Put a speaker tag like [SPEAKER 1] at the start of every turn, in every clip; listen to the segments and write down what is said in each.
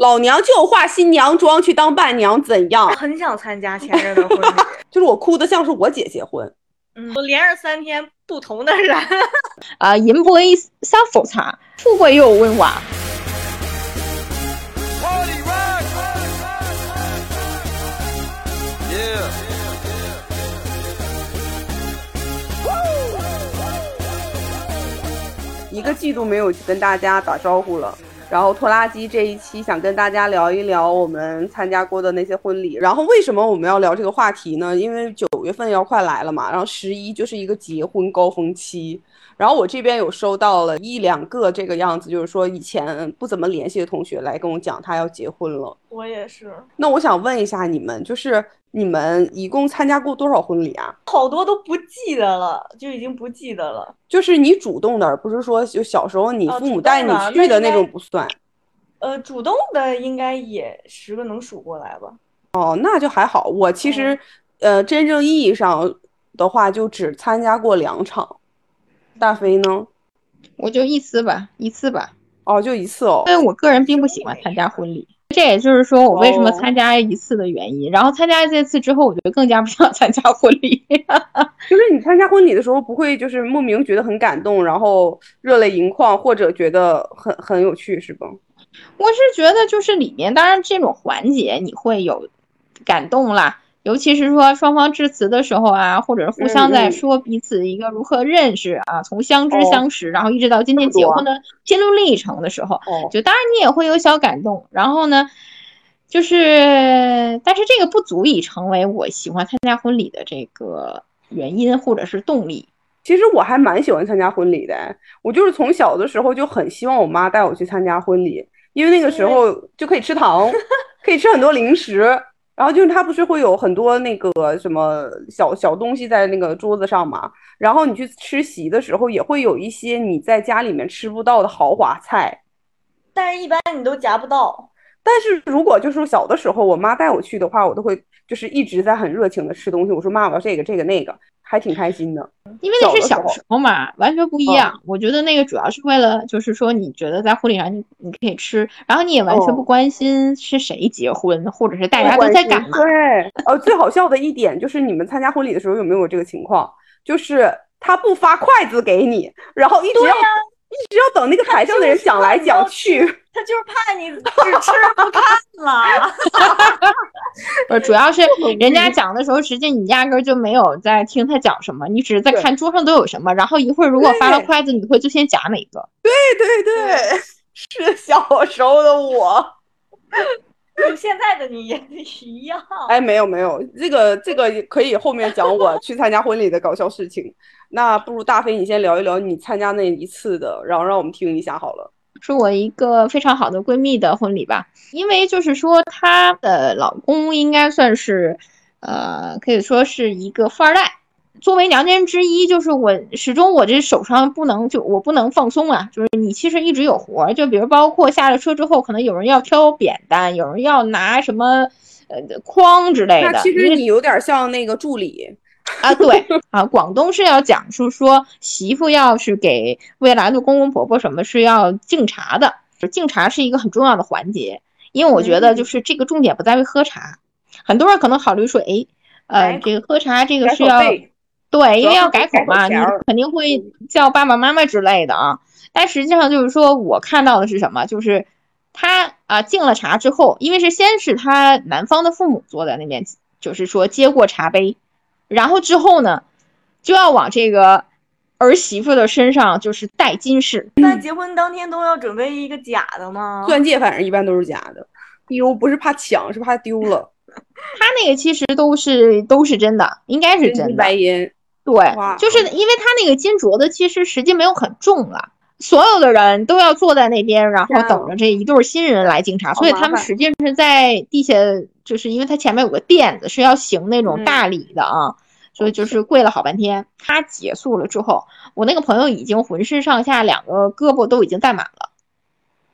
[SPEAKER 1] 老娘就化新娘妆去当伴娘，怎样？
[SPEAKER 2] 很想参加前任的婚 礼，
[SPEAKER 1] 就是我哭的像是我姐结婚，
[SPEAKER 2] 嗯我连着三天不同的人，
[SPEAKER 3] 啊，人不为三伏长，富贵又温婉。
[SPEAKER 4] Party rock! Yeah.
[SPEAKER 1] 一个季度没有跟大家打招呼了。然后拖拉机这一期想跟大家聊一聊我们参加过的那些婚礼。然后为什么我们要聊这个话题呢？因为九月份要快来了嘛，然后十一就是一个结婚高峰期。然后我这边有收到了一两个这个样子，就是说以前不怎么联系的同学来跟我讲他要结婚了。
[SPEAKER 2] 我也是，
[SPEAKER 1] 那我想问一下你们，就是你们一共参加过多少婚礼啊？
[SPEAKER 2] 好多都不记得了，就已经不记得了。
[SPEAKER 1] 就是你主动的，而不是说就小时候你
[SPEAKER 2] 哦
[SPEAKER 1] 父
[SPEAKER 2] 主
[SPEAKER 1] 母
[SPEAKER 2] 动
[SPEAKER 1] 带你
[SPEAKER 2] 的
[SPEAKER 1] 去
[SPEAKER 2] 那
[SPEAKER 1] 的
[SPEAKER 2] 应
[SPEAKER 1] 那
[SPEAKER 2] 该
[SPEAKER 1] 种不算。
[SPEAKER 2] 呃，主动的应该也十个能数过来吧。
[SPEAKER 1] 哦，那就还好。我其实，
[SPEAKER 2] 嗯
[SPEAKER 1] 呃，真正意义上的话，就只参加过两场。大飞呢？
[SPEAKER 3] 我就一次吧，一次吧，
[SPEAKER 1] 哦，就一次哦。
[SPEAKER 3] 因为我个人并不喜欢参加婚礼，这也就是说我为什么参加一次的原因。然后参加这次之后，我就更加不想参加婚礼。
[SPEAKER 1] 就是你参加婚礼的时候，不会就是莫名觉得很感动，然后热泪盈眶，或者觉得很很有趣，是吧？
[SPEAKER 3] 我是觉得就是里面，当然这种环节你会有感动啦，尤其是说双方致辞的时候啊，或者是互相
[SPEAKER 1] 嗯嗯
[SPEAKER 3] 在说彼此一个如何认识啊，从相知
[SPEAKER 1] 哦
[SPEAKER 3] 相识，然后一直到今天
[SPEAKER 1] 差不
[SPEAKER 3] 结
[SPEAKER 1] 多啊
[SPEAKER 3] 婚的心路历程的时候，
[SPEAKER 1] 哦，
[SPEAKER 3] 就当然你也会有小感动，然后呢，就是但是这个不足以成为我喜欢参加婚礼的这个原因或者是动力。
[SPEAKER 1] 其实我还蛮喜欢参加婚礼的。哎我就是从小的时候就很希望我妈带我去参加婚礼，因为那个时候就可以吃糖，可以吃很多零食，然后就是它不是会有很多那个什么小小东西在那个桌子上嘛，然后你去吃席的时候也会有一些你在家里面吃不到的豪华菜。
[SPEAKER 2] 但是一般你都夹不到，
[SPEAKER 1] 但是如果就是小的时候，我妈带我去的话，我都会就是一直在很热情的吃东西。我说妈，我要这个这个那个，还挺开心的。
[SPEAKER 3] 因为那
[SPEAKER 1] 小的
[SPEAKER 3] 是
[SPEAKER 1] 时
[SPEAKER 3] 小
[SPEAKER 1] 候
[SPEAKER 3] 时候嘛，完全不
[SPEAKER 1] 嗯
[SPEAKER 3] 一样。我觉得那个主要是为了，就是说你觉得在婚礼上你你可以吃，然后你也完全不
[SPEAKER 1] 哦
[SPEAKER 3] 关心是谁结婚，或者是大
[SPEAKER 1] 不
[SPEAKER 3] 家
[SPEAKER 1] 关
[SPEAKER 3] 都在
[SPEAKER 1] 心
[SPEAKER 3] 干嘛。
[SPEAKER 1] 对，呃，最好笑的一点就是你们参加婚礼的时候有没有这个情况？就是他不发筷子给你，然后一直要、一直要等那个台上的人讲来讲去。
[SPEAKER 2] 他就是怕你只吃不看了。
[SPEAKER 3] 不是，主要是人家讲的时候，实际你压根儿就没有在听他讲什么，你只是在
[SPEAKER 1] 对
[SPEAKER 3] 看桌上都有什么。然后一会儿如果发了
[SPEAKER 1] 对
[SPEAKER 3] 筷子，你会最先夹哪个？
[SPEAKER 1] 对对对，是小时候的我。
[SPEAKER 3] 哦
[SPEAKER 2] 就现在的你也一样。
[SPEAKER 1] 哎，没有没有，这个这个可以后面讲 我去参加婚礼的搞笑事情。那不如大飞，你先聊一聊你参加那一次的，然后让我们听一下好了。
[SPEAKER 3] 是我一个非常好的闺蜜的婚礼吧，因为就是说她的老公应该算是，呃，可以说是一个富二代。作为娘家人之一，就是我始终我这手上不能就我不能放松啊，就是你其实一直有活儿，就比如包括下了车之后，可能有人要挑扁担，有人要拿什么呃筐之类的。
[SPEAKER 1] 那其
[SPEAKER 3] 因
[SPEAKER 1] 实
[SPEAKER 3] 为
[SPEAKER 1] 你有点像那个助理，
[SPEAKER 3] 啊，对啊，广东是要讲述说媳妇要是给未来的公公婆婆什么是要敬茶的，敬茶是一个很重要的环节，因为我觉得就是这个重点不在于喝茶，很多人可能考虑说，哎，
[SPEAKER 2] 改
[SPEAKER 3] 呃，
[SPEAKER 2] 口
[SPEAKER 3] 这个喝茶这
[SPEAKER 1] 改
[SPEAKER 3] 个是
[SPEAKER 1] 口
[SPEAKER 3] 要
[SPEAKER 1] 费
[SPEAKER 3] 对，因
[SPEAKER 1] 主
[SPEAKER 3] 为
[SPEAKER 1] 要
[SPEAKER 3] 要
[SPEAKER 1] 是
[SPEAKER 3] 改
[SPEAKER 1] 改
[SPEAKER 3] 口
[SPEAKER 1] 口
[SPEAKER 3] 嘛，你
[SPEAKER 1] 条儿嗯
[SPEAKER 3] 肯定会叫爸爸妈妈之类的啊。但实际上就是说我看到的是什么，就是他啊敬了茶之后，因为是先是他男方的父母坐在那边，就是说接过茶杯，然后之后呢，就要往这个儿媳妇的身上就是戴金饰，
[SPEAKER 2] 那结婚当天都要准备一个假的吗？
[SPEAKER 1] 钻戒，反正一般都是假的，丢不是怕抢，是怕丢了，
[SPEAKER 3] 他那个其实都是都是真的，应该是
[SPEAKER 1] 真
[SPEAKER 3] 真
[SPEAKER 1] 金
[SPEAKER 3] 的
[SPEAKER 1] 白。银。
[SPEAKER 3] 对
[SPEAKER 1] 哇，
[SPEAKER 3] 就是因为他那个金镯子其实实际没有很重了，所有的人都要坐在那边，然后
[SPEAKER 2] 天啊
[SPEAKER 3] 等着这一对儿新人来敬茶，所以
[SPEAKER 1] 麻
[SPEAKER 3] 他们
[SPEAKER 1] 烦
[SPEAKER 3] 实际是在地下，就是因为他前面有个垫子是要行那种
[SPEAKER 2] 嗯
[SPEAKER 3] 大礼的啊，所以就是跪了好半天。他结束了之后，我那个朋友已经浑身上下两个胳膊都已经戴满了，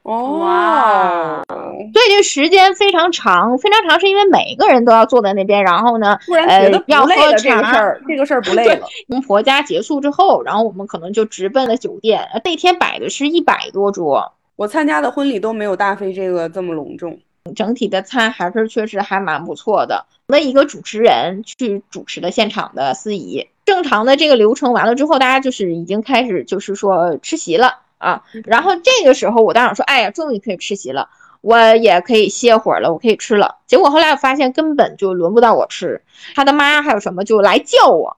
[SPEAKER 1] 哦
[SPEAKER 2] 哇，
[SPEAKER 3] 所以这时间非常长，非常长是因为每个人都要坐在那边，然后呢，
[SPEAKER 1] 突然觉得
[SPEAKER 3] 呃要
[SPEAKER 1] 不累
[SPEAKER 3] 喝
[SPEAKER 1] 了，这个
[SPEAKER 3] 茶
[SPEAKER 1] 事儿，这个事儿不累了。
[SPEAKER 3] 从婆家结束之后，然后我们可能就直奔了酒店。呃那天摆的是一百多桌，
[SPEAKER 1] 我参加的婚礼都没有大飞这个这么隆 重。
[SPEAKER 3] 整体的餐还是确实还蛮不错的。那一个主持人去主持的现场的司仪，正常的这个流程完了之后，大家就是已经开始就是说吃席了啊。然后这个时候我当时说，哎呀，终于可以吃席了，我也可以歇会儿了，我可以吃了。结果后来我发现根本就轮不到我吃，他的妈还有什么就来叫我，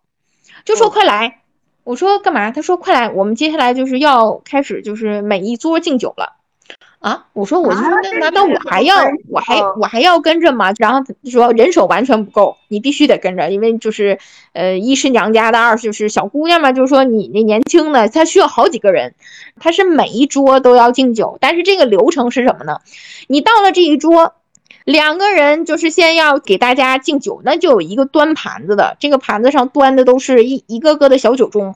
[SPEAKER 3] 就说快来。我说干嘛？他说快来，我们接下来就是要开始就是每一桌敬酒了。啊！我说我就是那难道我还要我还我还要跟着吗？然后他说人手完全不够，你必须得跟着，因为就是呃一是娘家的，二就是小姑娘嘛，就是说你那年轻的，她需要好几个人，她是每一桌都要敬酒，但是这个流程是什么呢？你到了这一桌。两个人就是先要给大家敬酒，那就有一个端盘子的，这个盘子上端的都是一一个个的小酒盅，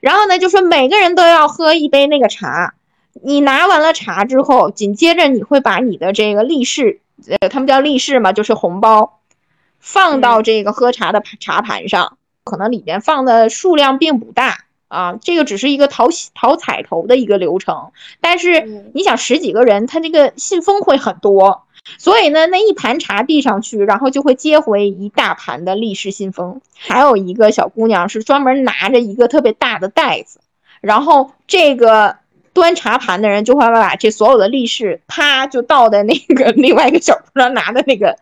[SPEAKER 3] 然后呢，就说每个人都要喝一杯那个茶，你拿完了茶之后，紧接着你会把你的这个利是，呃，他们叫利是嘛，就是红包，放到这个喝茶的盘茶盘上，可能里面放的数量并不大啊，这个只是一个讨喜讨彩头的一个流程。但是你想十几个人，他这个信封会很多，所以呢，那一盘茶递上去，然后就会接回一大盘的利是信封。还有一个小姑娘是专门拿着一个特别大的袋子，然后这个。端茶盘的人就会把这所有的利是，啪就倒在那个另外一个小姑娘拿的那个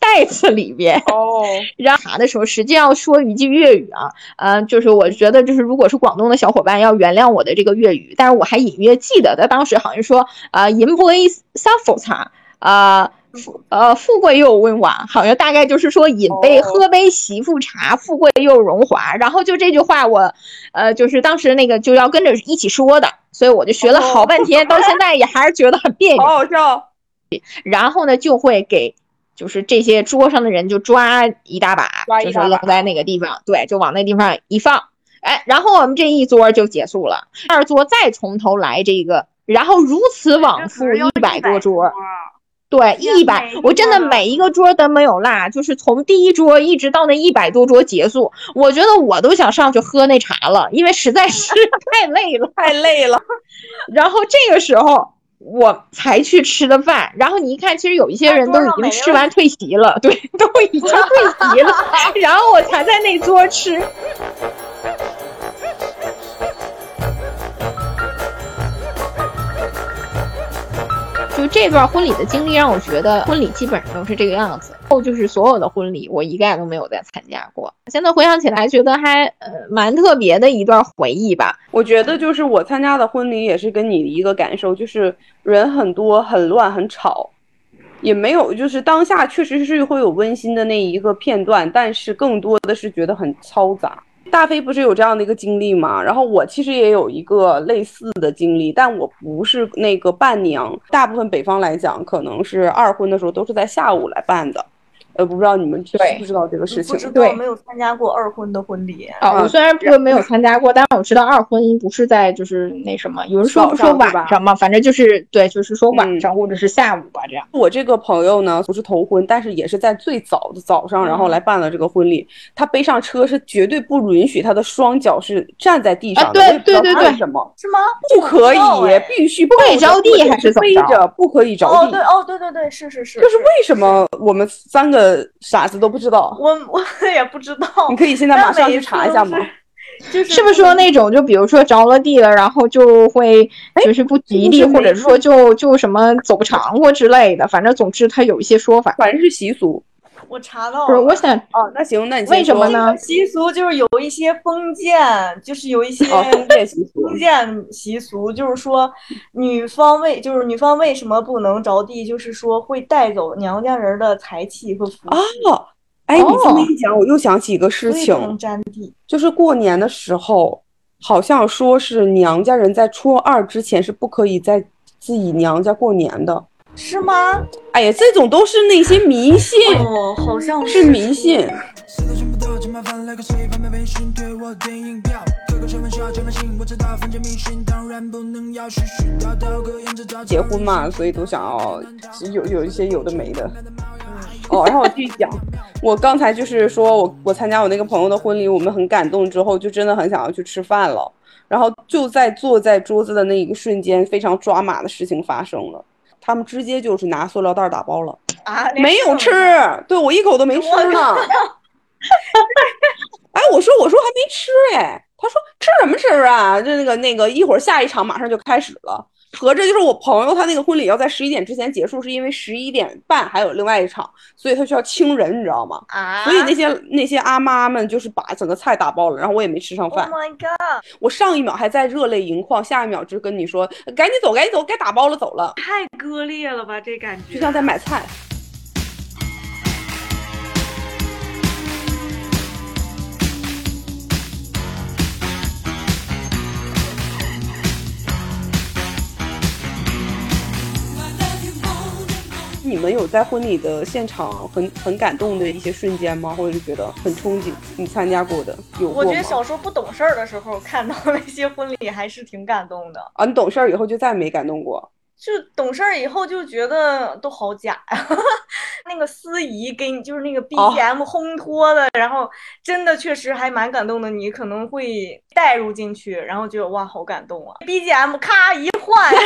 [SPEAKER 3] 袋子里边。
[SPEAKER 2] 哦，
[SPEAKER 3] 然后查的时候，实际要说一句粤语啊，呃，就是我觉得就是如果是广东的小伙伴要原谅我的这个粤语，但是我还隐约记得他当时好像说啊，银杯三伏茶啊。富呃，富贵又温婉，好像大概就是说饮杯、
[SPEAKER 2] 哦
[SPEAKER 3] 喝杯媳妇茶，富贵又荣华。然后就这句话我，呃，就是当时那个就要跟着一起说的，所以我就学了好半天，到现在也还是觉得很别扭
[SPEAKER 1] 好。好笑，哦
[SPEAKER 3] 然后呢就会给就是这些桌上的人就抓一大把，
[SPEAKER 2] 抓
[SPEAKER 3] 就
[SPEAKER 2] 一
[SPEAKER 3] 是
[SPEAKER 2] 大把
[SPEAKER 3] 扔在那个地方，对，就往那地方一放，哎，然后我们这一桌就结束了，二桌再从头来这个，然后如此往复
[SPEAKER 2] 这可是要
[SPEAKER 3] 一百多
[SPEAKER 2] 100
[SPEAKER 3] 桌。对，
[SPEAKER 2] 天
[SPEAKER 3] 一
[SPEAKER 2] 啊
[SPEAKER 3] 百
[SPEAKER 2] 每一，
[SPEAKER 3] 我真的
[SPEAKER 2] 桌
[SPEAKER 3] 每一个桌都没有落，就是从第一桌一直到那一百多桌结束，我觉得我都想上去喝那茶了，因为实在是 太累了。
[SPEAKER 1] 太累了。
[SPEAKER 3] 然后这个时候我才去吃的饭，然后你一看，其实有一些人都已经吃完退席了，对， 都已经退席了，然后我才在那桌吃。就这段婚礼的经历让我觉得婚礼基本上都是这个样子，后就是所有的婚礼我一概都没有再参加过。现在回想起来，觉得还呃蛮特别的一段回忆吧。
[SPEAKER 1] 我觉得就是我参加的婚礼也是跟你一个感受，就是人很多、很乱、很吵，也没有就是当下确实是会有温馨的那一个片段，但是更多的是觉得很嘈杂。大飞不是有这样的一个经历吗？然后我其实也有一个类似的经历，但我不是那个伴娘。大部分北方来讲，可能是二婚的时候都是在下午来办的。呃，不知道你们知
[SPEAKER 3] 对
[SPEAKER 1] 不知道这个事
[SPEAKER 2] 不
[SPEAKER 1] 情？
[SPEAKER 2] 知道
[SPEAKER 3] 对
[SPEAKER 2] 没有参加过二婚的婚礼，
[SPEAKER 3] 啊，我
[SPEAKER 1] 嗯
[SPEAKER 3] 虽然不没有参加过，但是我知道二婚姻不是在就是那什么，有人说
[SPEAKER 1] 早
[SPEAKER 3] 不说
[SPEAKER 1] 上对吧
[SPEAKER 3] 晚上嘛，反正就是对，就是说晚
[SPEAKER 1] 嗯
[SPEAKER 3] 上或者是下午吧，这样。
[SPEAKER 1] 我这个朋友呢，不是头婚，但是也是在最早的早上，
[SPEAKER 3] 嗯
[SPEAKER 1] 然后来办了这个婚礼。他背上车是绝对不允许他的双脚是站在地上的，
[SPEAKER 3] 啊对
[SPEAKER 1] 我也不知道
[SPEAKER 3] 对对
[SPEAKER 1] 为
[SPEAKER 3] 对
[SPEAKER 1] 什么
[SPEAKER 2] 是吗？
[SPEAKER 1] 不可以
[SPEAKER 2] 这我不知道哎，
[SPEAKER 1] 必须
[SPEAKER 3] 不可以
[SPEAKER 1] 抱着
[SPEAKER 3] 着地
[SPEAKER 1] 或者
[SPEAKER 3] 还是怎么
[SPEAKER 1] 背
[SPEAKER 3] 着
[SPEAKER 1] 着，不可以着
[SPEAKER 2] 哦，
[SPEAKER 1] 地
[SPEAKER 2] 对，。哦，对对对，是是是，
[SPEAKER 1] 就是为什么我们三个傻子都不知
[SPEAKER 3] 哦
[SPEAKER 1] 道？
[SPEAKER 2] 我我也不知道，
[SPEAKER 1] 你可以现在马上去查一下吗？
[SPEAKER 2] 但 每一次都是？就是
[SPEAKER 3] 是不是说那种就比如说着了地了，然后就会
[SPEAKER 2] 哎
[SPEAKER 3] 就是不吉利，
[SPEAKER 1] 这个是
[SPEAKER 3] 或者
[SPEAKER 1] 没
[SPEAKER 3] 说就就什么走不长或之类的，反正总之它有一些说
[SPEAKER 2] 哦
[SPEAKER 3] 法。
[SPEAKER 1] 反正是习俗
[SPEAKER 2] 我查到了，
[SPEAKER 3] 不是，我想
[SPEAKER 1] 哦，那行，那你
[SPEAKER 3] 为什么呢？
[SPEAKER 2] 习俗就是有一些封建，就是有一些
[SPEAKER 1] 哦， 封建习俗，
[SPEAKER 2] 封建习俗，就是说女方为就是女方为什么不能着地，就是说会带走娘家人的财气和福气，
[SPEAKER 1] 哦，哎，你这么一讲，我又想起一个事
[SPEAKER 2] 所以
[SPEAKER 1] 情
[SPEAKER 2] 不，能沾地。
[SPEAKER 1] 就是过年的时候，好像说是娘家人在初二之前是不可以在自己娘家过年的。
[SPEAKER 2] 是吗？
[SPEAKER 1] 哎呀，这种都是那些迷信，
[SPEAKER 2] 哦，好像
[SPEAKER 1] 是迷信。
[SPEAKER 4] 现在全部都嫌麻烦，来个谁旁边微信对我电影票？开个开玩笑，开玩笑，我知道封建迷信当然不能要，絮絮叨叨，各样子找
[SPEAKER 1] 结婚嘛，所以都想要有有一些有的没的。哦，然后我继续讲，我刚才就是说我我参加我那个朋友的婚礼，我们很感动之后，就真的很想要去吃饭了。然后就在坐在桌子的那一个瞬间，非常抓马的事情发生了，他们直接就是拿塑料袋打包了，
[SPEAKER 2] 啊，
[SPEAKER 1] 没有吃，对我一口都没吃呢。 哎，我说我说还没吃哎，他说吃什么吃啊？就那个那个一会儿下一场马上就开始了。合着就是我朋友他那个婚礼要在十一点之前结束，是因为十一点半还有另外一场，所以他需要清人，你知道吗？
[SPEAKER 2] 啊，
[SPEAKER 1] 所以那些那些阿妈们就是把整个菜打包了，然后我也没吃上
[SPEAKER 2] Oh
[SPEAKER 1] 饭。
[SPEAKER 2] my god，
[SPEAKER 1] 我上一秒还在热泪盈眶，下一秒就跟你说赶紧走，赶紧走，该打包了，走了，
[SPEAKER 5] 太割裂了吧，这感觉
[SPEAKER 1] 就像在买菜。你们有在婚礼的现场很很感动的一些瞬间吗？或者是觉得很憧憬？你参加过的有过
[SPEAKER 2] 我
[SPEAKER 1] 吗？
[SPEAKER 2] 觉得小时候不懂事儿的时候，看到那些婚礼还是挺感动的。
[SPEAKER 1] 啊，你懂事儿以后就再也没感动过。
[SPEAKER 2] 就懂事儿以后就觉得都好假呀， 那个司仪给你就是那个 BGM 烘托的，然后真的确实还蛮感动的，你可能会带入进去，然后觉得哇好感动啊，BGM 咔一换， 你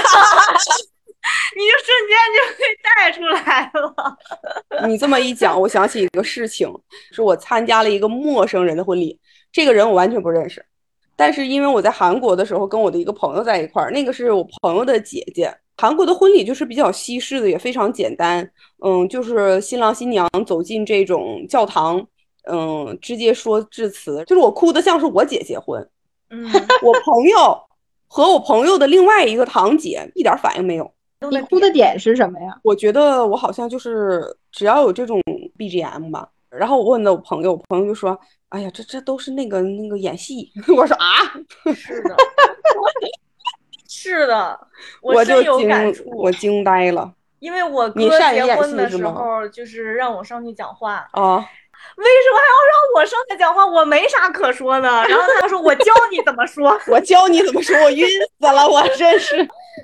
[SPEAKER 2] 就瞬间就被带出来了。
[SPEAKER 1] 你这么一讲，我想起一个事情，是我参加了一个陌生人的婚礼，这个人我完全不认识，但是因为我在韩国的时候跟我的一个朋友在一块儿，那个是我朋友的姐姐。韩国的婚礼就是比较西式的，也非常简单，嗯，就是新郎新娘走进这种教堂，嗯，直接说致辞，就是我哭的像是我姐结婚，
[SPEAKER 2] 嗯，
[SPEAKER 1] 我朋友和我朋友的另外一个堂姐一点反应没有。
[SPEAKER 2] 都
[SPEAKER 3] 你
[SPEAKER 2] 在
[SPEAKER 3] 哭的点是什么呀？
[SPEAKER 1] 我觉得我好像就是只要有这种 BGM 吧，然后我问了我朋友，我朋友就说：“哎呀，这这都是那个那个演戏。” 我说啊，
[SPEAKER 2] 是的， 是的，
[SPEAKER 1] 就
[SPEAKER 2] 深有
[SPEAKER 1] 惊
[SPEAKER 2] 感触，
[SPEAKER 1] 我惊呆了
[SPEAKER 2] 因为我
[SPEAKER 1] 你
[SPEAKER 2] 哥
[SPEAKER 1] 善于
[SPEAKER 2] 结
[SPEAKER 1] 演
[SPEAKER 2] 婚
[SPEAKER 1] 戏
[SPEAKER 2] 的
[SPEAKER 1] 是
[SPEAKER 2] 时
[SPEAKER 1] 吗
[SPEAKER 2] 候，就是让我上去讲话，
[SPEAKER 1] 啊！
[SPEAKER 2] 为什么还要让我上来讲话？我没啥可说的。然后他说我教你怎么说，
[SPEAKER 1] 我教你怎么说，我晕死了，我真是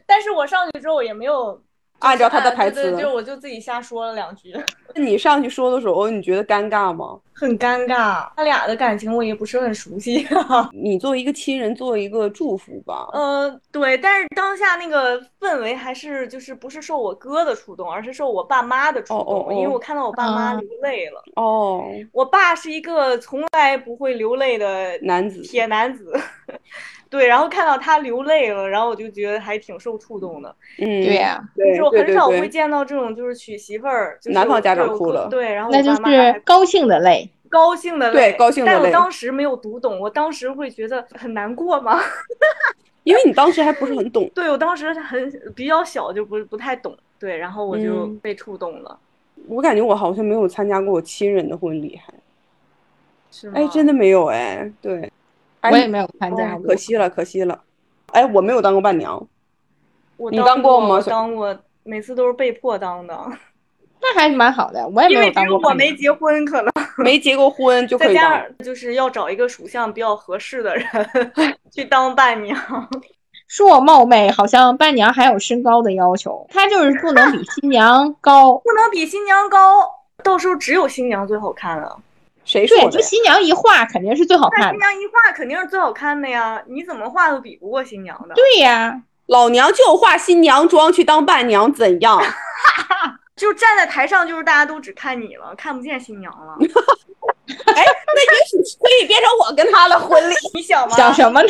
[SPEAKER 2] 但是我上去之后也没有
[SPEAKER 1] 按照他的台
[SPEAKER 2] 对
[SPEAKER 1] 词
[SPEAKER 2] 对。就我就自己瞎说了两句，
[SPEAKER 1] 那你上去说的时候，你觉得尴尬吗？
[SPEAKER 2] 很尴尬。他俩的感情我也不是很熟 悉。
[SPEAKER 1] 你作为一个亲人，做一个祝福吧。
[SPEAKER 2] 呃，对，但是当下那个氛围还是就是不是受我哥的触动，而是受我爸妈的触
[SPEAKER 1] 哦哦
[SPEAKER 2] 动，因为
[SPEAKER 1] 哦
[SPEAKER 2] 我看到我爸妈
[SPEAKER 3] 啊
[SPEAKER 2] 流泪了。
[SPEAKER 1] 哦，
[SPEAKER 2] 我爸是一个从来不会流泪的
[SPEAKER 1] 男子
[SPEAKER 2] 铁男子，对，然后看到他流泪了，然后我就觉得还挺受触动的。
[SPEAKER 1] 嗯，
[SPEAKER 3] 对呀、
[SPEAKER 1] 对，
[SPEAKER 2] 就是我
[SPEAKER 1] 对
[SPEAKER 2] 很少
[SPEAKER 1] 对
[SPEAKER 2] 会见到这种，就是娶媳妇儿，就是
[SPEAKER 1] 男方家
[SPEAKER 2] 对
[SPEAKER 1] 长
[SPEAKER 2] 我
[SPEAKER 1] 哭
[SPEAKER 2] 哥
[SPEAKER 1] 了
[SPEAKER 2] 对，然后
[SPEAKER 3] 那
[SPEAKER 2] 嗯我
[SPEAKER 3] 就
[SPEAKER 2] 爸妈还
[SPEAKER 3] 是高兴的泪。
[SPEAKER 2] 高兴的
[SPEAKER 1] 对
[SPEAKER 2] 泪
[SPEAKER 1] 高兴的
[SPEAKER 2] 但
[SPEAKER 1] 泪
[SPEAKER 2] 我当时没有读懂，我当时会觉得很难过吗？
[SPEAKER 1] 因为你当时还不是很懂。
[SPEAKER 2] 对我当时很比较小，就不不太懂，对，然后我就
[SPEAKER 1] 嗯
[SPEAKER 2] 被触动了，
[SPEAKER 1] 我感觉我好像没有参加过我亲人的婚礼，还
[SPEAKER 2] 是吗？
[SPEAKER 1] 哎，真的没有哎，对，哎
[SPEAKER 3] 我也没有参加
[SPEAKER 1] 哎
[SPEAKER 2] 嗯
[SPEAKER 3] 过
[SPEAKER 1] 可，惜了，可惜了。哎，我没有当过伴娘，
[SPEAKER 2] 我
[SPEAKER 1] 你
[SPEAKER 2] 当
[SPEAKER 1] 当过吗
[SPEAKER 2] 我
[SPEAKER 1] 小
[SPEAKER 2] 当过，每次都是被迫当的，
[SPEAKER 3] 那还蛮好的。我也
[SPEAKER 2] 因
[SPEAKER 3] 没
[SPEAKER 2] 为
[SPEAKER 3] 有
[SPEAKER 2] 只
[SPEAKER 3] 当
[SPEAKER 2] 有
[SPEAKER 3] 过
[SPEAKER 2] 我
[SPEAKER 3] 伴娘。
[SPEAKER 2] 没结婚，可能
[SPEAKER 1] 没结过婚就可
[SPEAKER 2] 再
[SPEAKER 1] 以
[SPEAKER 2] 加
[SPEAKER 1] 当。
[SPEAKER 2] 上就是要找一个属相比较合 适的人去当伴娘。
[SPEAKER 3] 说我冒昧，好像伴娘还有身高的要求，她就是不能比新娘 高。
[SPEAKER 2] 不能比新娘高，到时候只有新娘最好看了。
[SPEAKER 1] 谁说
[SPEAKER 3] 对，
[SPEAKER 1] 的
[SPEAKER 3] 就
[SPEAKER 1] 呀？
[SPEAKER 3] 新娘一画肯定是最好
[SPEAKER 2] 那
[SPEAKER 3] 看
[SPEAKER 2] 新
[SPEAKER 3] 的。
[SPEAKER 2] 娘一画肯定是最好看的呀，你怎么画都比不过新娘的。
[SPEAKER 3] 对呀、
[SPEAKER 1] 老娘就化新娘妆去当伴娘，怎样？哎
[SPEAKER 2] 就站在台上，就是大家都只看你了，看不见新娘 了。
[SPEAKER 1] 哎，那也许可以变成我跟他的婚礼
[SPEAKER 2] 你想吗？
[SPEAKER 3] 想什么呢？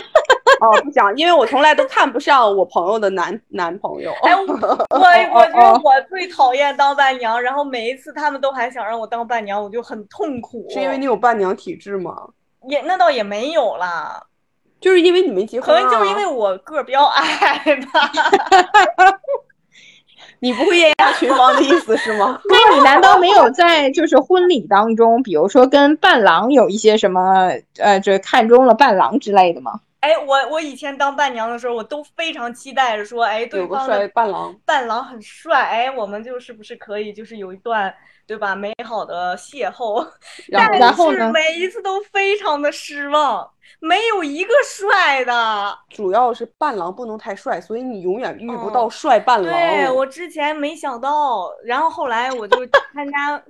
[SPEAKER 1] 哦，不想，因为我从来都看不上我朋友的男男朋友。
[SPEAKER 2] 哎，我
[SPEAKER 1] 哦
[SPEAKER 2] 我我觉得我最讨厌当伴娘，然后每一次他们都还想让我当伴娘，我就很痛苦。
[SPEAKER 1] 是因为你有伴娘体质吗？
[SPEAKER 2] 也那倒也没有啦，
[SPEAKER 1] 就是因为你没结婚、
[SPEAKER 2] 可
[SPEAKER 1] 啊，
[SPEAKER 2] 能就是因为我个儿比较 矮吧。
[SPEAKER 1] 你不会艳压群芳的意思是 吗？
[SPEAKER 3] 那你难道没有在就是婚礼当中，比如说跟伴郎有一些什么呃，这看中了伴郎之类的吗？
[SPEAKER 2] 哎，我我以前当伴娘的时候，我都非常期待着说，哎，对
[SPEAKER 1] 有个
[SPEAKER 2] 方
[SPEAKER 1] 帅
[SPEAKER 2] 的
[SPEAKER 1] 伴郎，
[SPEAKER 2] 伴郎很帅，哎，我们就是不是可以就是有一段对吧美好的邂 逅？
[SPEAKER 1] 然后
[SPEAKER 3] 然后
[SPEAKER 2] 但
[SPEAKER 3] 呢
[SPEAKER 2] 是每一次都非常的失望，没有一个帅的。
[SPEAKER 1] 主要是伴郎不能太帅，所以你永远遇不
[SPEAKER 2] 哦
[SPEAKER 1] 到帅伴郎。
[SPEAKER 2] 对我之前没想到，然后后来我就参加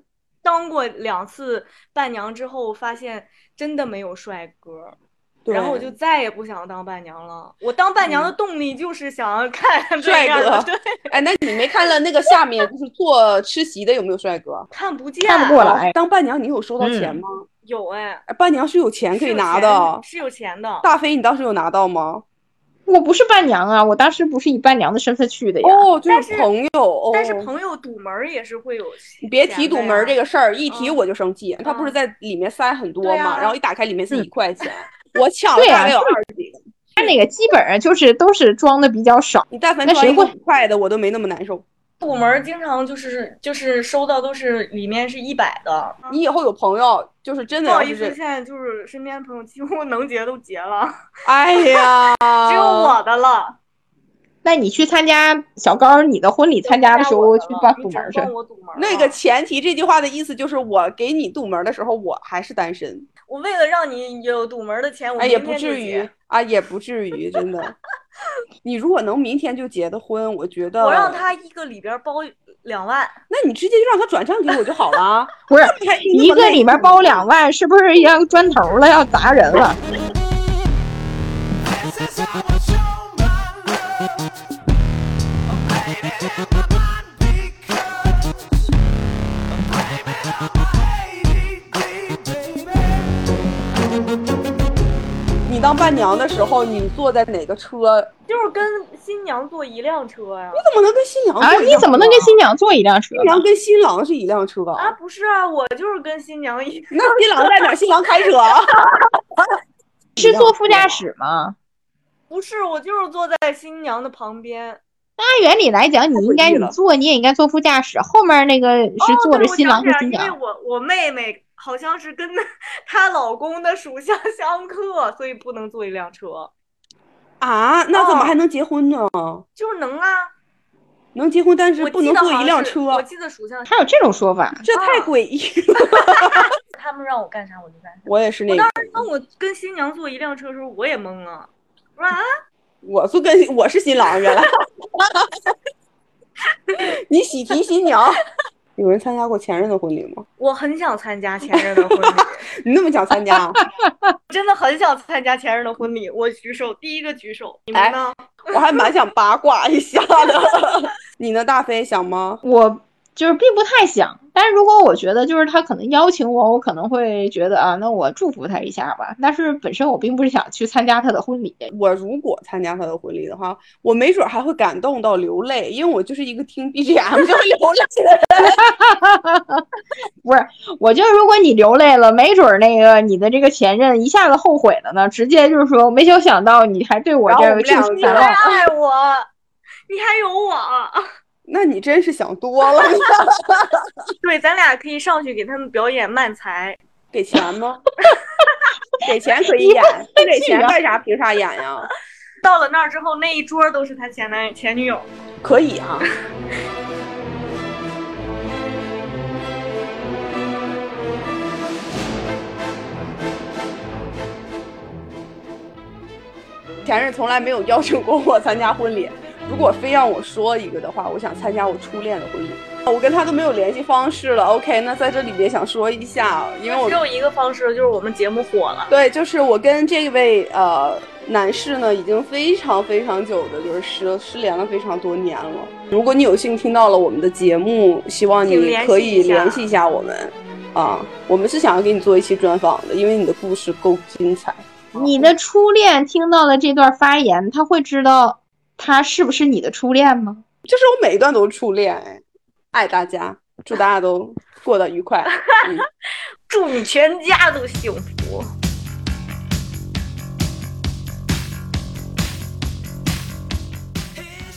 [SPEAKER 2] 当过两次伴娘之后，发现真的没有帅哥。
[SPEAKER 1] 对嗯
[SPEAKER 2] 然后我就再也不想当伴娘了。我当伴娘的动力就是想要 看这
[SPEAKER 1] 帅
[SPEAKER 2] 样
[SPEAKER 1] 哥
[SPEAKER 2] 的，对，
[SPEAKER 1] 哎，那你没看了那个下面就是做吃席的有没有帅哥？哦
[SPEAKER 2] 看不见，
[SPEAKER 3] 看不过来。
[SPEAKER 1] 当伴娘你有收到钱吗？
[SPEAKER 2] 有哎，
[SPEAKER 1] 哎伴娘是有钱可以拿的。
[SPEAKER 2] 是有钱的。
[SPEAKER 1] 大飞，你当时有拿到吗？
[SPEAKER 3] 我不是伴娘啊，我当时不是以伴娘的身份去的呀。
[SPEAKER 1] 哦，就
[SPEAKER 2] 但
[SPEAKER 1] 是
[SPEAKER 2] 是
[SPEAKER 1] 朋友。哦、
[SPEAKER 2] 但是朋友堵门儿也是会有钱的呀，
[SPEAKER 1] 你别提堵门儿这个事儿，一提
[SPEAKER 2] 嗯
[SPEAKER 1] 我就生气。他不是在里面塞很多
[SPEAKER 2] 对
[SPEAKER 1] 嘛，
[SPEAKER 2] 啊
[SPEAKER 1] 然后一打开里面是一块钱，我抢了
[SPEAKER 3] 对啊
[SPEAKER 1] 大概有二十几个。
[SPEAKER 3] 他那个基本上就是都是装的比较少，
[SPEAKER 1] 你但凡
[SPEAKER 3] 那
[SPEAKER 1] 装一
[SPEAKER 3] 谁
[SPEAKER 1] 个
[SPEAKER 3] 会
[SPEAKER 1] 五块的，我都没那么难受。
[SPEAKER 2] 堵门儿经常就是就是收到都是里面是一百的，
[SPEAKER 1] 你以后有朋友，就是真
[SPEAKER 2] 嗯不
[SPEAKER 1] 的
[SPEAKER 2] 好
[SPEAKER 1] 要
[SPEAKER 2] 意
[SPEAKER 1] 是
[SPEAKER 2] 思，
[SPEAKER 1] 这
[SPEAKER 2] 现，在就是身边朋友几乎能结都结了，
[SPEAKER 1] 哎呀，
[SPEAKER 2] 只有我的了。
[SPEAKER 3] 那你去参加小高你的婚礼，参加的时候去办堵门儿去
[SPEAKER 2] 去。。我堵门儿了
[SPEAKER 1] 那个前提，这句话的意思就是我给你堵门的时候，我还是单身，
[SPEAKER 2] 我为了让你有堵门儿的钱，我
[SPEAKER 1] 哎，也
[SPEAKER 2] 明
[SPEAKER 1] 不
[SPEAKER 2] 天就
[SPEAKER 1] 至于
[SPEAKER 2] 结。
[SPEAKER 1] 啊，也不至于，真的。 你如果能明天就结的婚，我觉得
[SPEAKER 2] 我让，他一个里边儿包两万，
[SPEAKER 1] 那你直接就让他转账给我就好了。
[SPEAKER 3] 不是
[SPEAKER 1] 还那么
[SPEAKER 3] 一个
[SPEAKER 1] 累
[SPEAKER 3] 里面包两万，是不是要砖头了，要砸人了？
[SPEAKER 4] This is how I show my love. I'm painting in my mind because I'm blaming on my ADD, baby.
[SPEAKER 1] 你当伴娘的时候，你坐在哪个车？我
[SPEAKER 2] 就是跟新娘坐一辆车呀、
[SPEAKER 1] 怎么能跟新
[SPEAKER 2] 哦
[SPEAKER 1] 娘
[SPEAKER 3] 啊，
[SPEAKER 1] 坐一辆
[SPEAKER 3] 你怎么能跟
[SPEAKER 1] 车
[SPEAKER 3] 新娘坐一辆车
[SPEAKER 1] 新
[SPEAKER 3] 呢？
[SPEAKER 1] 娘跟新郎是一辆车啊
[SPEAKER 2] 啊，不是啊，我就是跟新娘一，
[SPEAKER 1] 那新郎在哪儿？新郎开车，
[SPEAKER 3] 是坐副驾驶吗？
[SPEAKER 2] 不是，我就是坐在新娘的旁边。
[SPEAKER 3] 按原理来讲，你应
[SPEAKER 1] 太诡
[SPEAKER 3] 该
[SPEAKER 1] 异
[SPEAKER 3] 你
[SPEAKER 1] 了
[SPEAKER 3] 坐，你也应该坐副驾驶，后面那个是坐着新郎和新
[SPEAKER 2] 哦哦对我想起来了因
[SPEAKER 3] 娘。
[SPEAKER 2] 为我我妹妹好像是跟她老公的属相相克，所以不能坐一辆车。
[SPEAKER 1] 啊？那怎么
[SPEAKER 2] 哦
[SPEAKER 1] 还能结婚呢？
[SPEAKER 2] 就是能啊，
[SPEAKER 1] 能结婚，但
[SPEAKER 2] 我
[SPEAKER 1] 是不
[SPEAKER 2] 记
[SPEAKER 1] 能
[SPEAKER 2] 得
[SPEAKER 1] 坐
[SPEAKER 2] 好
[SPEAKER 1] 一
[SPEAKER 2] 像
[SPEAKER 1] 辆
[SPEAKER 2] 是
[SPEAKER 1] 车，
[SPEAKER 2] 我记得啊属相，
[SPEAKER 3] 还有这种说法？
[SPEAKER 1] 这太诡异 了。
[SPEAKER 2] 他们让我干啥我就干啥。
[SPEAKER 1] 我也是那
[SPEAKER 2] 我
[SPEAKER 1] 个
[SPEAKER 2] 当，时当我跟新娘坐一辆车的时候，我也懵了，我说啊，
[SPEAKER 1] 我是跟我是新郎，原来 你喜提新娘。有人参加过前任的婚礼吗？
[SPEAKER 2] 我很想参加前任的婚礼，
[SPEAKER 1] 你那么想参加啊？
[SPEAKER 2] 真的很想参加前任的婚礼，我举手，第一个举手。你们呢？
[SPEAKER 1] 我还蛮想八卦一下的。你呢，大飞想吗？
[SPEAKER 3] 我就是并不太想，但是如果我觉得就是他可能邀请我，我可能会觉得啊，那我祝福他一下吧。但是本身我并不是想去参加他的婚礼，
[SPEAKER 1] 我如果参加他的婚礼的话，我没准还会感动到流泪，因为我就是一个听 BGM 就会流泪的人。
[SPEAKER 3] 不是，我觉得如果你流泪了，没准儿那个你的这个前任一下子后悔了呢，直接就是说没有想到你还对我
[SPEAKER 1] 然
[SPEAKER 3] 这
[SPEAKER 1] 后我
[SPEAKER 3] 个
[SPEAKER 1] 们
[SPEAKER 3] 旧
[SPEAKER 1] 俩
[SPEAKER 3] 情
[SPEAKER 1] 就
[SPEAKER 3] 难
[SPEAKER 2] 你
[SPEAKER 3] 忘
[SPEAKER 2] 还。 爱哎我，你还有我。
[SPEAKER 1] 那你真是想多了，
[SPEAKER 2] 对，咱俩可以上去给他们表演慢才。
[SPEAKER 1] 给钱吗？给钱可以演，不给钱干啥？凭啥演呀？
[SPEAKER 2] 到了那儿之后，那一桌都是他前男前女友。
[SPEAKER 1] 可以啊。前任从来没有邀请过我参加婚礼，如果非让我说一个的话，我想参加我初恋的婚礼。我跟他都没有联系方式了，OK，那在这里边想说一下，因为我
[SPEAKER 2] 只有一个方式，就是我们节目火了。
[SPEAKER 1] 对，就是我跟这位呃男士呢，已经非常非常久的，就是失失联了非常多年了。如果你有幸听到了我们的节目，希望
[SPEAKER 2] 请
[SPEAKER 1] 你
[SPEAKER 2] 联系
[SPEAKER 1] 可以
[SPEAKER 2] 一下
[SPEAKER 1] 联系一下我们啊，我们是想要给你做一期专访的，因为你的故事够精彩。
[SPEAKER 3] 你的初恋听到了这段发言，他会知道他是不是你的初恋吗？
[SPEAKER 1] 就是我每一段都是初恋，哎，爱大家，祝大家都过得愉快。 嗯
[SPEAKER 2] 祝你全家都幸福。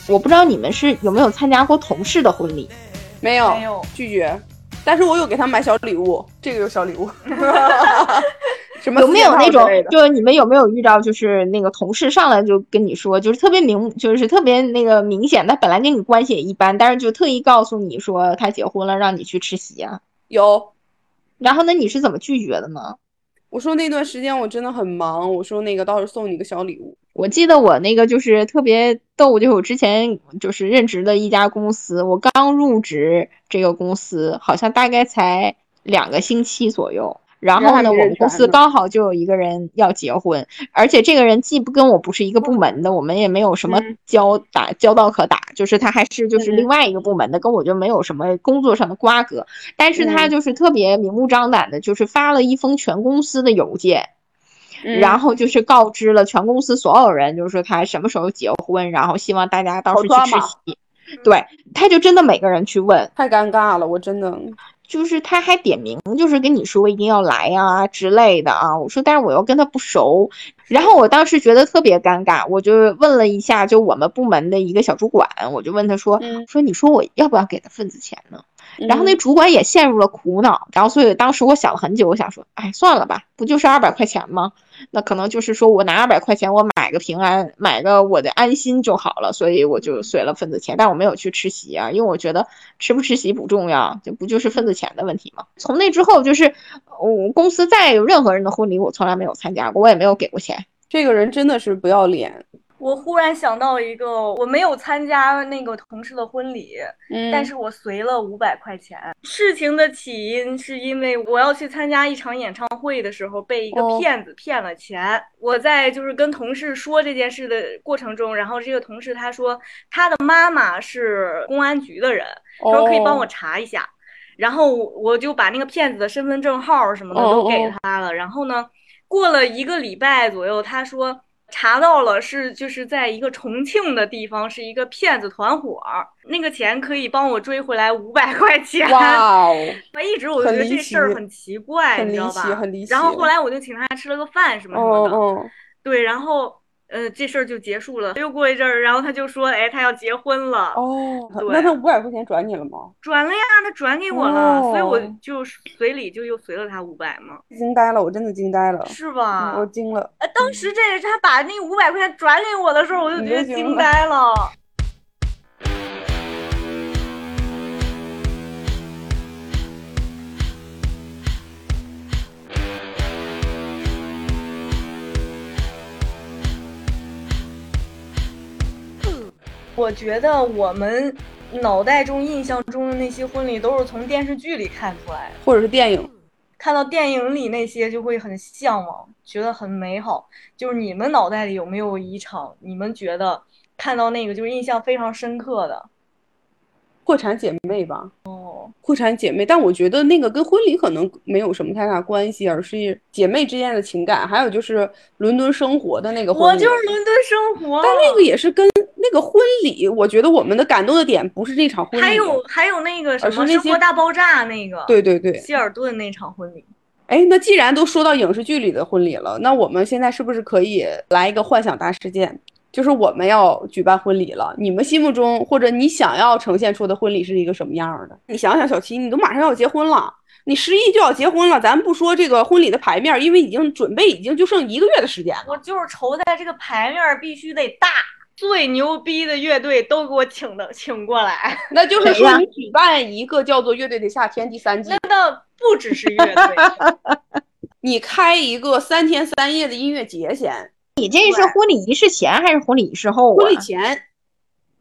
[SPEAKER 3] 我不知道你们是有没有参加过同事的婚礼，
[SPEAKER 1] 没有，
[SPEAKER 2] 没有
[SPEAKER 1] 拒绝。但是我有给他买小礼物，这个就是小礼 物。什么
[SPEAKER 3] 有没有
[SPEAKER 1] 四件套
[SPEAKER 3] 那种
[SPEAKER 1] 之类的
[SPEAKER 3] 就是你们有没有遇到就是那个同事上来就跟你说，就是特别明，就是特别那个明显，他本来跟你关系也一般，但是就特意告诉你说他结婚了，让你去吃席啊？
[SPEAKER 1] 有
[SPEAKER 3] 然后呢，你是怎么拒绝的呢？
[SPEAKER 1] 我说那段时间我真的很忙，我说那个到时候送你个小礼物。
[SPEAKER 3] 我记得我那个就是特别逗，就是我之前就是任职的一家公司，我刚入职这个公司，好像大概才两个星期左右。然
[SPEAKER 1] 那
[SPEAKER 3] 后
[SPEAKER 1] 还
[SPEAKER 3] 呢，
[SPEAKER 1] 没
[SPEAKER 3] 我
[SPEAKER 1] 人
[SPEAKER 3] 们公
[SPEAKER 1] 选
[SPEAKER 3] 司
[SPEAKER 1] 呢
[SPEAKER 3] 刚好就有一个人要结婚，而且这个人既不跟我不是一个部门的，我们也没有什么
[SPEAKER 5] 嗯
[SPEAKER 3] 交打交道可打，就是他还是就是
[SPEAKER 5] 嗯
[SPEAKER 3] 另外一个部门的，跟我就没有什么工作上的瓜葛，但是他
[SPEAKER 5] 嗯
[SPEAKER 3] 就是特别明目张胆的，就是发了一封全公司的邮件，
[SPEAKER 1] 嗯
[SPEAKER 2] 嗯
[SPEAKER 3] 然后就是告知了全公司所有人，就是说他什么时候结婚，然后希望大家到
[SPEAKER 1] 好
[SPEAKER 3] 时去
[SPEAKER 1] 抓
[SPEAKER 3] 吃
[SPEAKER 1] 马
[SPEAKER 3] 席。对，他就真的每个人去问，
[SPEAKER 1] 太尴尬了，我真的
[SPEAKER 2] 嗯
[SPEAKER 3] 就是他还点名，就是跟你说一定要来啊之类的啊。我说，但是我又跟他不熟，然后我当时觉得特别尴尬，我就问了一下，就我们部门的一个小主管，我就问他说，
[SPEAKER 1] 嗯
[SPEAKER 3] 说你说我要不要给他份子钱呢？然后那主管也陷入了苦恼，然后所以当时我想了很久，我想说，哎，算了吧，不就是二百块钱吗？那可能就是说我拿二百块钱，我买个平安，买个我的安心就好了，所以我就随了份子钱，但我没有去吃席啊，因为我觉得吃不吃席不重要，这不就是份子钱的问题吗？从那之后，就是我公司再有任何人的婚礼，我从来没有参加过，我也没有给过钱。
[SPEAKER 1] 这个人真的是不要脸，
[SPEAKER 2] 我忽然想到一个，我没有参加那个同事的婚礼，
[SPEAKER 1] 嗯
[SPEAKER 2] 但是我随了五百块钱。事情的起因是因为我要去参加一场演唱会的时候，被一个
[SPEAKER 1] 哦
[SPEAKER 2] 骗子骗了钱。我在就是跟同事说这件事的过程中，然后这个同事他说他的妈妈是公安局的人，说可以
[SPEAKER 1] 哦
[SPEAKER 2] 帮我查一下。然后我就把那个骗子的身份证号什么
[SPEAKER 1] 哦
[SPEAKER 2] 的都给他了。然后呢，过了一个礼拜左右，他说查到了是就是在一个重庆的地方是一个骗子团伙儿，那个钱可以帮我追回来五百块钱。
[SPEAKER 1] 哇哦，
[SPEAKER 2] 一直 我就觉得
[SPEAKER 1] 很离
[SPEAKER 2] 这
[SPEAKER 1] 奇
[SPEAKER 2] 事儿很奇怪，
[SPEAKER 1] 很
[SPEAKER 2] 你知
[SPEAKER 1] 离
[SPEAKER 2] 道吧
[SPEAKER 1] 奇，？很离奇。
[SPEAKER 2] 然后后来我就请他吃了个饭 什么什么
[SPEAKER 1] 哦
[SPEAKER 2] 的。
[SPEAKER 1] 哦，
[SPEAKER 2] 对，然后呃这事儿就结束了。又过一阵儿，然后他就说，哎，他要结婚了。
[SPEAKER 1] 哦，
[SPEAKER 2] 对
[SPEAKER 1] 那他五百块钱转你了吗？
[SPEAKER 2] 转了呀，他转给我了，所以我
[SPEAKER 1] 哦
[SPEAKER 2] 就随礼就又随了他五百嘛，
[SPEAKER 1] 惊呆了，我真的惊呆了，
[SPEAKER 2] 是吧？
[SPEAKER 1] 我惊了。
[SPEAKER 2] 呃，当时这他把那五百块钱转给我的时候，嗯我就
[SPEAKER 1] 你
[SPEAKER 2] 觉得
[SPEAKER 1] 就
[SPEAKER 2] 惊
[SPEAKER 1] 惊
[SPEAKER 2] 呆了。 我觉得我们脑袋中、印象中的那些婚礼，都是从电视剧里看出来的。
[SPEAKER 1] 或者是电影，
[SPEAKER 2] 看到电影里那些就会很向往，觉得很美好。就是你们脑袋里有没有一场你们觉得看到那个就是印象非常深刻的？
[SPEAKER 1] 破产姐妹吧？哦，破产姐妹，但我觉得那个跟婚礼可能没有什么太大关系，而是姐妹之间的情感，还有就是伦敦生活的那个
[SPEAKER 2] 我
[SPEAKER 1] 婚礼。
[SPEAKER 2] 就是伦敦生活，
[SPEAKER 1] 但那个也是跟那个婚礼，我觉得我们的感动的点不是这场婚礼，
[SPEAKER 2] 还有还有那个什
[SPEAKER 1] 而
[SPEAKER 2] 么
[SPEAKER 1] 是
[SPEAKER 2] 《
[SPEAKER 1] 那
[SPEAKER 2] 生
[SPEAKER 1] 些
[SPEAKER 2] 活大爆炸》那个，
[SPEAKER 1] 对对对，
[SPEAKER 2] 希尔顿那场婚礼，
[SPEAKER 1] 哎，那既然都说到影视剧里的婚礼了，那我们现在是不是可以来一个幻想大事件？就是我们要举办婚礼了，你们心目中或者你想要呈现出的婚礼是一个什么样儿的？你想想，小七，你都马上要结婚了，你十一就要结婚了，咱不说这个婚礼的排面儿，因为已经准备已经就剩一个月的时间了。
[SPEAKER 2] 我就是愁在这个牌面儿必须得大，最牛逼的乐队都给我请的请过来，
[SPEAKER 1] 那就是
[SPEAKER 3] 谁呀
[SPEAKER 1] 说，你举办一个叫做《乐队的夏天》第三季
[SPEAKER 2] 那，倒不只是乐队，
[SPEAKER 1] 你开一个三天三夜的音乐节先，
[SPEAKER 3] 你这
[SPEAKER 2] 对
[SPEAKER 3] 是婚礼仪式前还是婚礼仪式后啊？
[SPEAKER 1] 婚礼前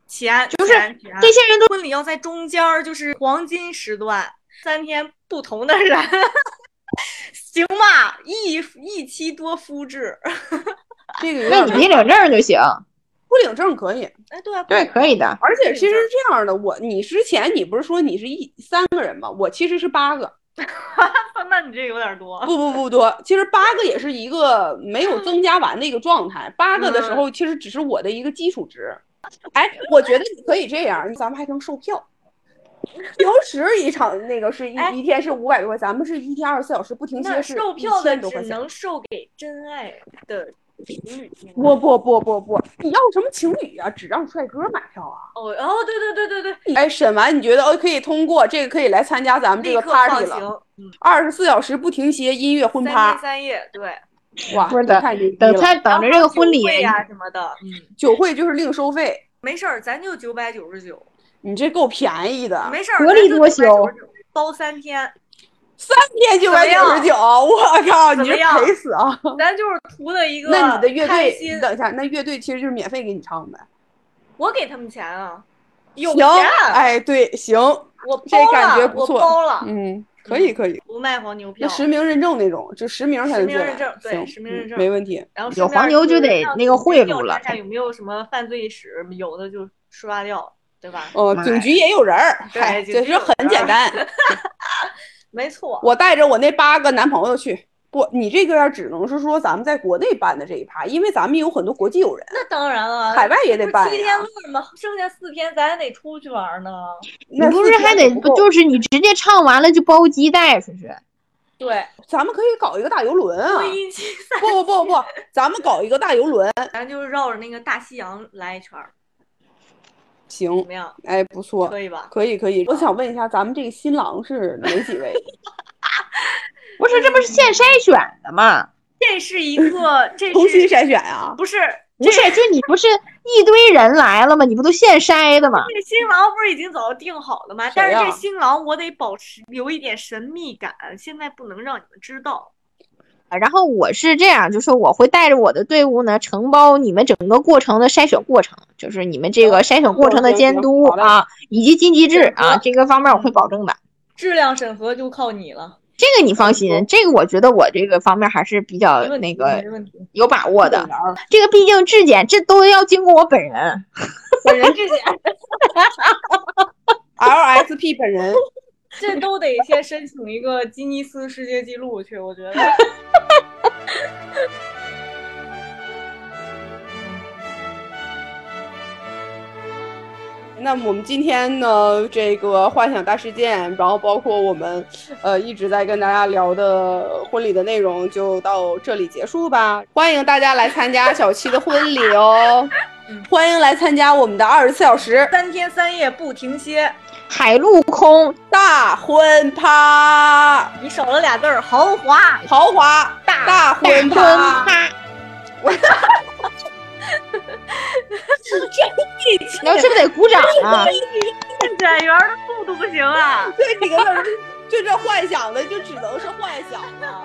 [SPEAKER 2] 钱
[SPEAKER 3] 就是
[SPEAKER 2] 钱钱
[SPEAKER 3] 这些人都
[SPEAKER 2] 婚礼要在中间儿，就是黄金时段，三天不同的人， 行吧？一一妻多夫制，
[SPEAKER 1] 这个有
[SPEAKER 3] 那
[SPEAKER 1] 点
[SPEAKER 3] 你别领证儿就行，
[SPEAKER 1] 不领证可以。
[SPEAKER 2] 哎，对啊，
[SPEAKER 3] 对，可以的。
[SPEAKER 1] 而且
[SPEAKER 2] 对
[SPEAKER 1] 其实
[SPEAKER 2] 这
[SPEAKER 1] 是
[SPEAKER 2] 样
[SPEAKER 1] 这样的，我你之前你不是说你是一三个人吗？我其实是八个，
[SPEAKER 2] 那那你这有点多。
[SPEAKER 1] 不不不多，其实八个也是一个没有增加完的一个状态。八个的时
[SPEAKER 2] 嗯
[SPEAKER 1] 候其实只是我的一个基础值。哎，我觉得你可以这样，咱们还能售票。平时一场那个是一、
[SPEAKER 2] 哎
[SPEAKER 1] 一天是五百多块，咱们是一天二十四小时不停歇
[SPEAKER 2] 那
[SPEAKER 1] 是
[SPEAKER 2] 售票的
[SPEAKER 1] 1000多
[SPEAKER 2] 只
[SPEAKER 1] 块钱。
[SPEAKER 2] 能售给真爱的情侣。
[SPEAKER 1] 不不不不不，你要什么情侣啊？只让帅哥买票啊！
[SPEAKER 2] 哦哦，对对对对对，
[SPEAKER 1] 哎，审完你觉得哦可以通过，这个可以来参加咱们这
[SPEAKER 2] 立
[SPEAKER 1] 个
[SPEAKER 2] 刻放
[SPEAKER 1] party 了。
[SPEAKER 2] 行，嗯
[SPEAKER 1] 二十四小时不停歇音乐婚
[SPEAKER 2] 三天
[SPEAKER 1] 趴，
[SPEAKER 2] 三夜，对，
[SPEAKER 1] 哇，
[SPEAKER 3] 不是
[SPEAKER 1] 这
[SPEAKER 3] 的
[SPEAKER 1] 太牛逼
[SPEAKER 3] 等
[SPEAKER 1] 了
[SPEAKER 3] 他等着这个婚礼，
[SPEAKER 1] 啊
[SPEAKER 2] 呀、什么的，嗯，
[SPEAKER 1] 酒会就是另收费，
[SPEAKER 2] 没事儿，咱就九百九十九，
[SPEAKER 1] 你这够便宜的，
[SPEAKER 2] 没事儿，
[SPEAKER 3] 薄利
[SPEAKER 2] 咱就
[SPEAKER 3] 多销
[SPEAKER 2] 999包三天，
[SPEAKER 1] 三天九百九十九，我靠，你
[SPEAKER 2] 怎么
[SPEAKER 1] 这
[SPEAKER 2] 样
[SPEAKER 1] 赔死啊！
[SPEAKER 2] 咱就是图的一个
[SPEAKER 1] 那你的乐
[SPEAKER 2] 开
[SPEAKER 1] 队，
[SPEAKER 2] 心
[SPEAKER 1] 你等一下，那乐队其实就是免费给你唱的，
[SPEAKER 2] 我给他们钱啊，有
[SPEAKER 1] 行
[SPEAKER 2] 钱，，
[SPEAKER 1] 哎，对，行，
[SPEAKER 2] 我包
[SPEAKER 1] 这
[SPEAKER 2] 了，
[SPEAKER 1] 感觉不错
[SPEAKER 2] 我包了，
[SPEAKER 1] 嗯，可以可以，
[SPEAKER 2] 不卖黄牛
[SPEAKER 1] 那，
[SPEAKER 2] 票
[SPEAKER 1] 实名认证那种，就实名才能进来。
[SPEAKER 2] 实名认证对
[SPEAKER 1] 行
[SPEAKER 2] 实名认证
[SPEAKER 1] 嗯没问题。
[SPEAKER 2] 然后
[SPEAKER 3] 有
[SPEAKER 2] 顺便
[SPEAKER 3] 黄牛就得那个贿赂了
[SPEAKER 2] 调查有没有什么犯罪史，有的就刷掉，对吧？
[SPEAKER 1] 哦，
[SPEAKER 3] 哎
[SPEAKER 1] 警局也有人儿，
[SPEAKER 2] 对
[SPEAKER 1] 嗨
[SPEAKER 2] 警局
[SPEAKER 1] 其实
[SPEAKER 2] 有人
[SPEAKER 1] 很简
[SPEAKER 2] 儿
[SPEAKER 1] 单。
[SPEAKER 2] 没错，
[SPEAKER 1] 我带着我那八个男朋友去。不，你这个要只能是说咱们在国内办的这一趴，因为咱们有很多国际友人，
[SPEAKER 2] 那当然了，
[SPEAKER 1] 海外也得
[SPEAKER 2] 不是
[SPEAKER 1] 办
[SPEAKER 2] 七
[SPEAKER 1] 呀
[SPEAKER 2] 天乐吗？剩下四天咱还得出去玩呢。
[SPEAKER 1] 那
[SPEAKER 3] 你不
[SPEAKER 1] 四
[SPEAKER 3] 是
[SPEAKER 1] 天
[SPEAKER 3] 还
[SPEAKER 1] 也
[SPEAKER 3] 得
[SPEAKER 1] 不够
[SPEAKER 3] 就是你直接唱完了就包机带出去？
[SPEAKER 2] 对，
[SPEAKER 1] 咱们可以搞一个大游轮啊！
[SPEAKER 2] 一起散，
[SPEAKER 1] 不不不不，咱们搞一个大游轮，
[SPEAKER 2] 咱就绕着那个大西洋来一圈儿，怎
[SPEAKER 1] 行，
[SPEAKER 2] 么样？
[SPEAKER 1] 哎，不错，
[SPEAKER 2] 可以吧？
[SPEAKER 1] 可以可以。我想问一下，咱们这个新郎是哪几 位？
[SPEAKER 3] 不是，这不是现筛选的吗？
[SPEAKER 2] 这是一个，这
[SPEAKER 1] 重新
[SPEAKER 2] 是
[SPEAKER 1] 筛选啊？
[SPEAKER 2] 不是？
[SPEAKER 3] 不是，就你不是一堆人来了吗？你不都现筛的吗？
[SPEAKER 2] 这新郎不是已经早就定好了吗？但
[SPEAKER 1] 谁
[SPEAKER 2] 是
[SPEAKER 1] 呀
[SPEAKER 2] 这新郎我得保持留一点神秘感，现在不能让你们知道。
[SPEAKER 3] 然后我是这样，就是我会带着我的队伍呢，承包你们整个过程的筛选过程，就是你们这个筛选过程的监督
[SPEAKER 1] 哦好嘞
[SPEAKER 3] 啊，以及经济制啊，这个方面我会保证的。
[SPEAKER 2] 质量审核就靠你了，
[SPEAKER 3] 这个你放心，这个我觉得我这个方面还是比较
[SPEAKER 2] 没问
[SPEAKER 3] 那
[SPEAKER 2] 题，
[SPEAKER 3] 个哎
[SPEAKER 2] 没问题。
[SPEAKER 3] 有把握的
[SPEAKER 1] 哪。儿
[SPEAKER 3] 这个毕竟质检，这都要经过我本人。
[SPEAKER 2] 本人质检，
[SPEAKER 1] LSP 本人，
[SPEAKER 2] 这都得先申请一个吉尼斯世界纪录去，我觉得。
[SPEAKER 1] 那么我们今天呢，这个幻想大事件，然后包括我们呃一直在跟大家聊的婚礼的内容，就到这里结束吧。欢迎大家来参加小七的婚礼哦
[SPEAKER 2] 嗯，
[SPEAKER 1] 欢迎来参加我们的二十四小时
[SPEAKER 2] 三天三夜不停歇，
[SPEAKER 3] 海陆空，
[SPEAKER 1] 大婚趴，
[SPEAKER 2] 你少了俩字儿，豪华。
[SPEAKER 1] 豪华大
[SPEAKER 2] 哎
[SPEAKER 1] 大婚趴。
[SPEAKER 3] 啪！
[SPEAKER 2] 这
[SPEAKER 3] 你要是不是得鼓掌啊？
[SPEAKER 5] 展员的速度不行啊！
[SPEAKER 1] 这几个字儿，就这幻想的，就只能是幻想了。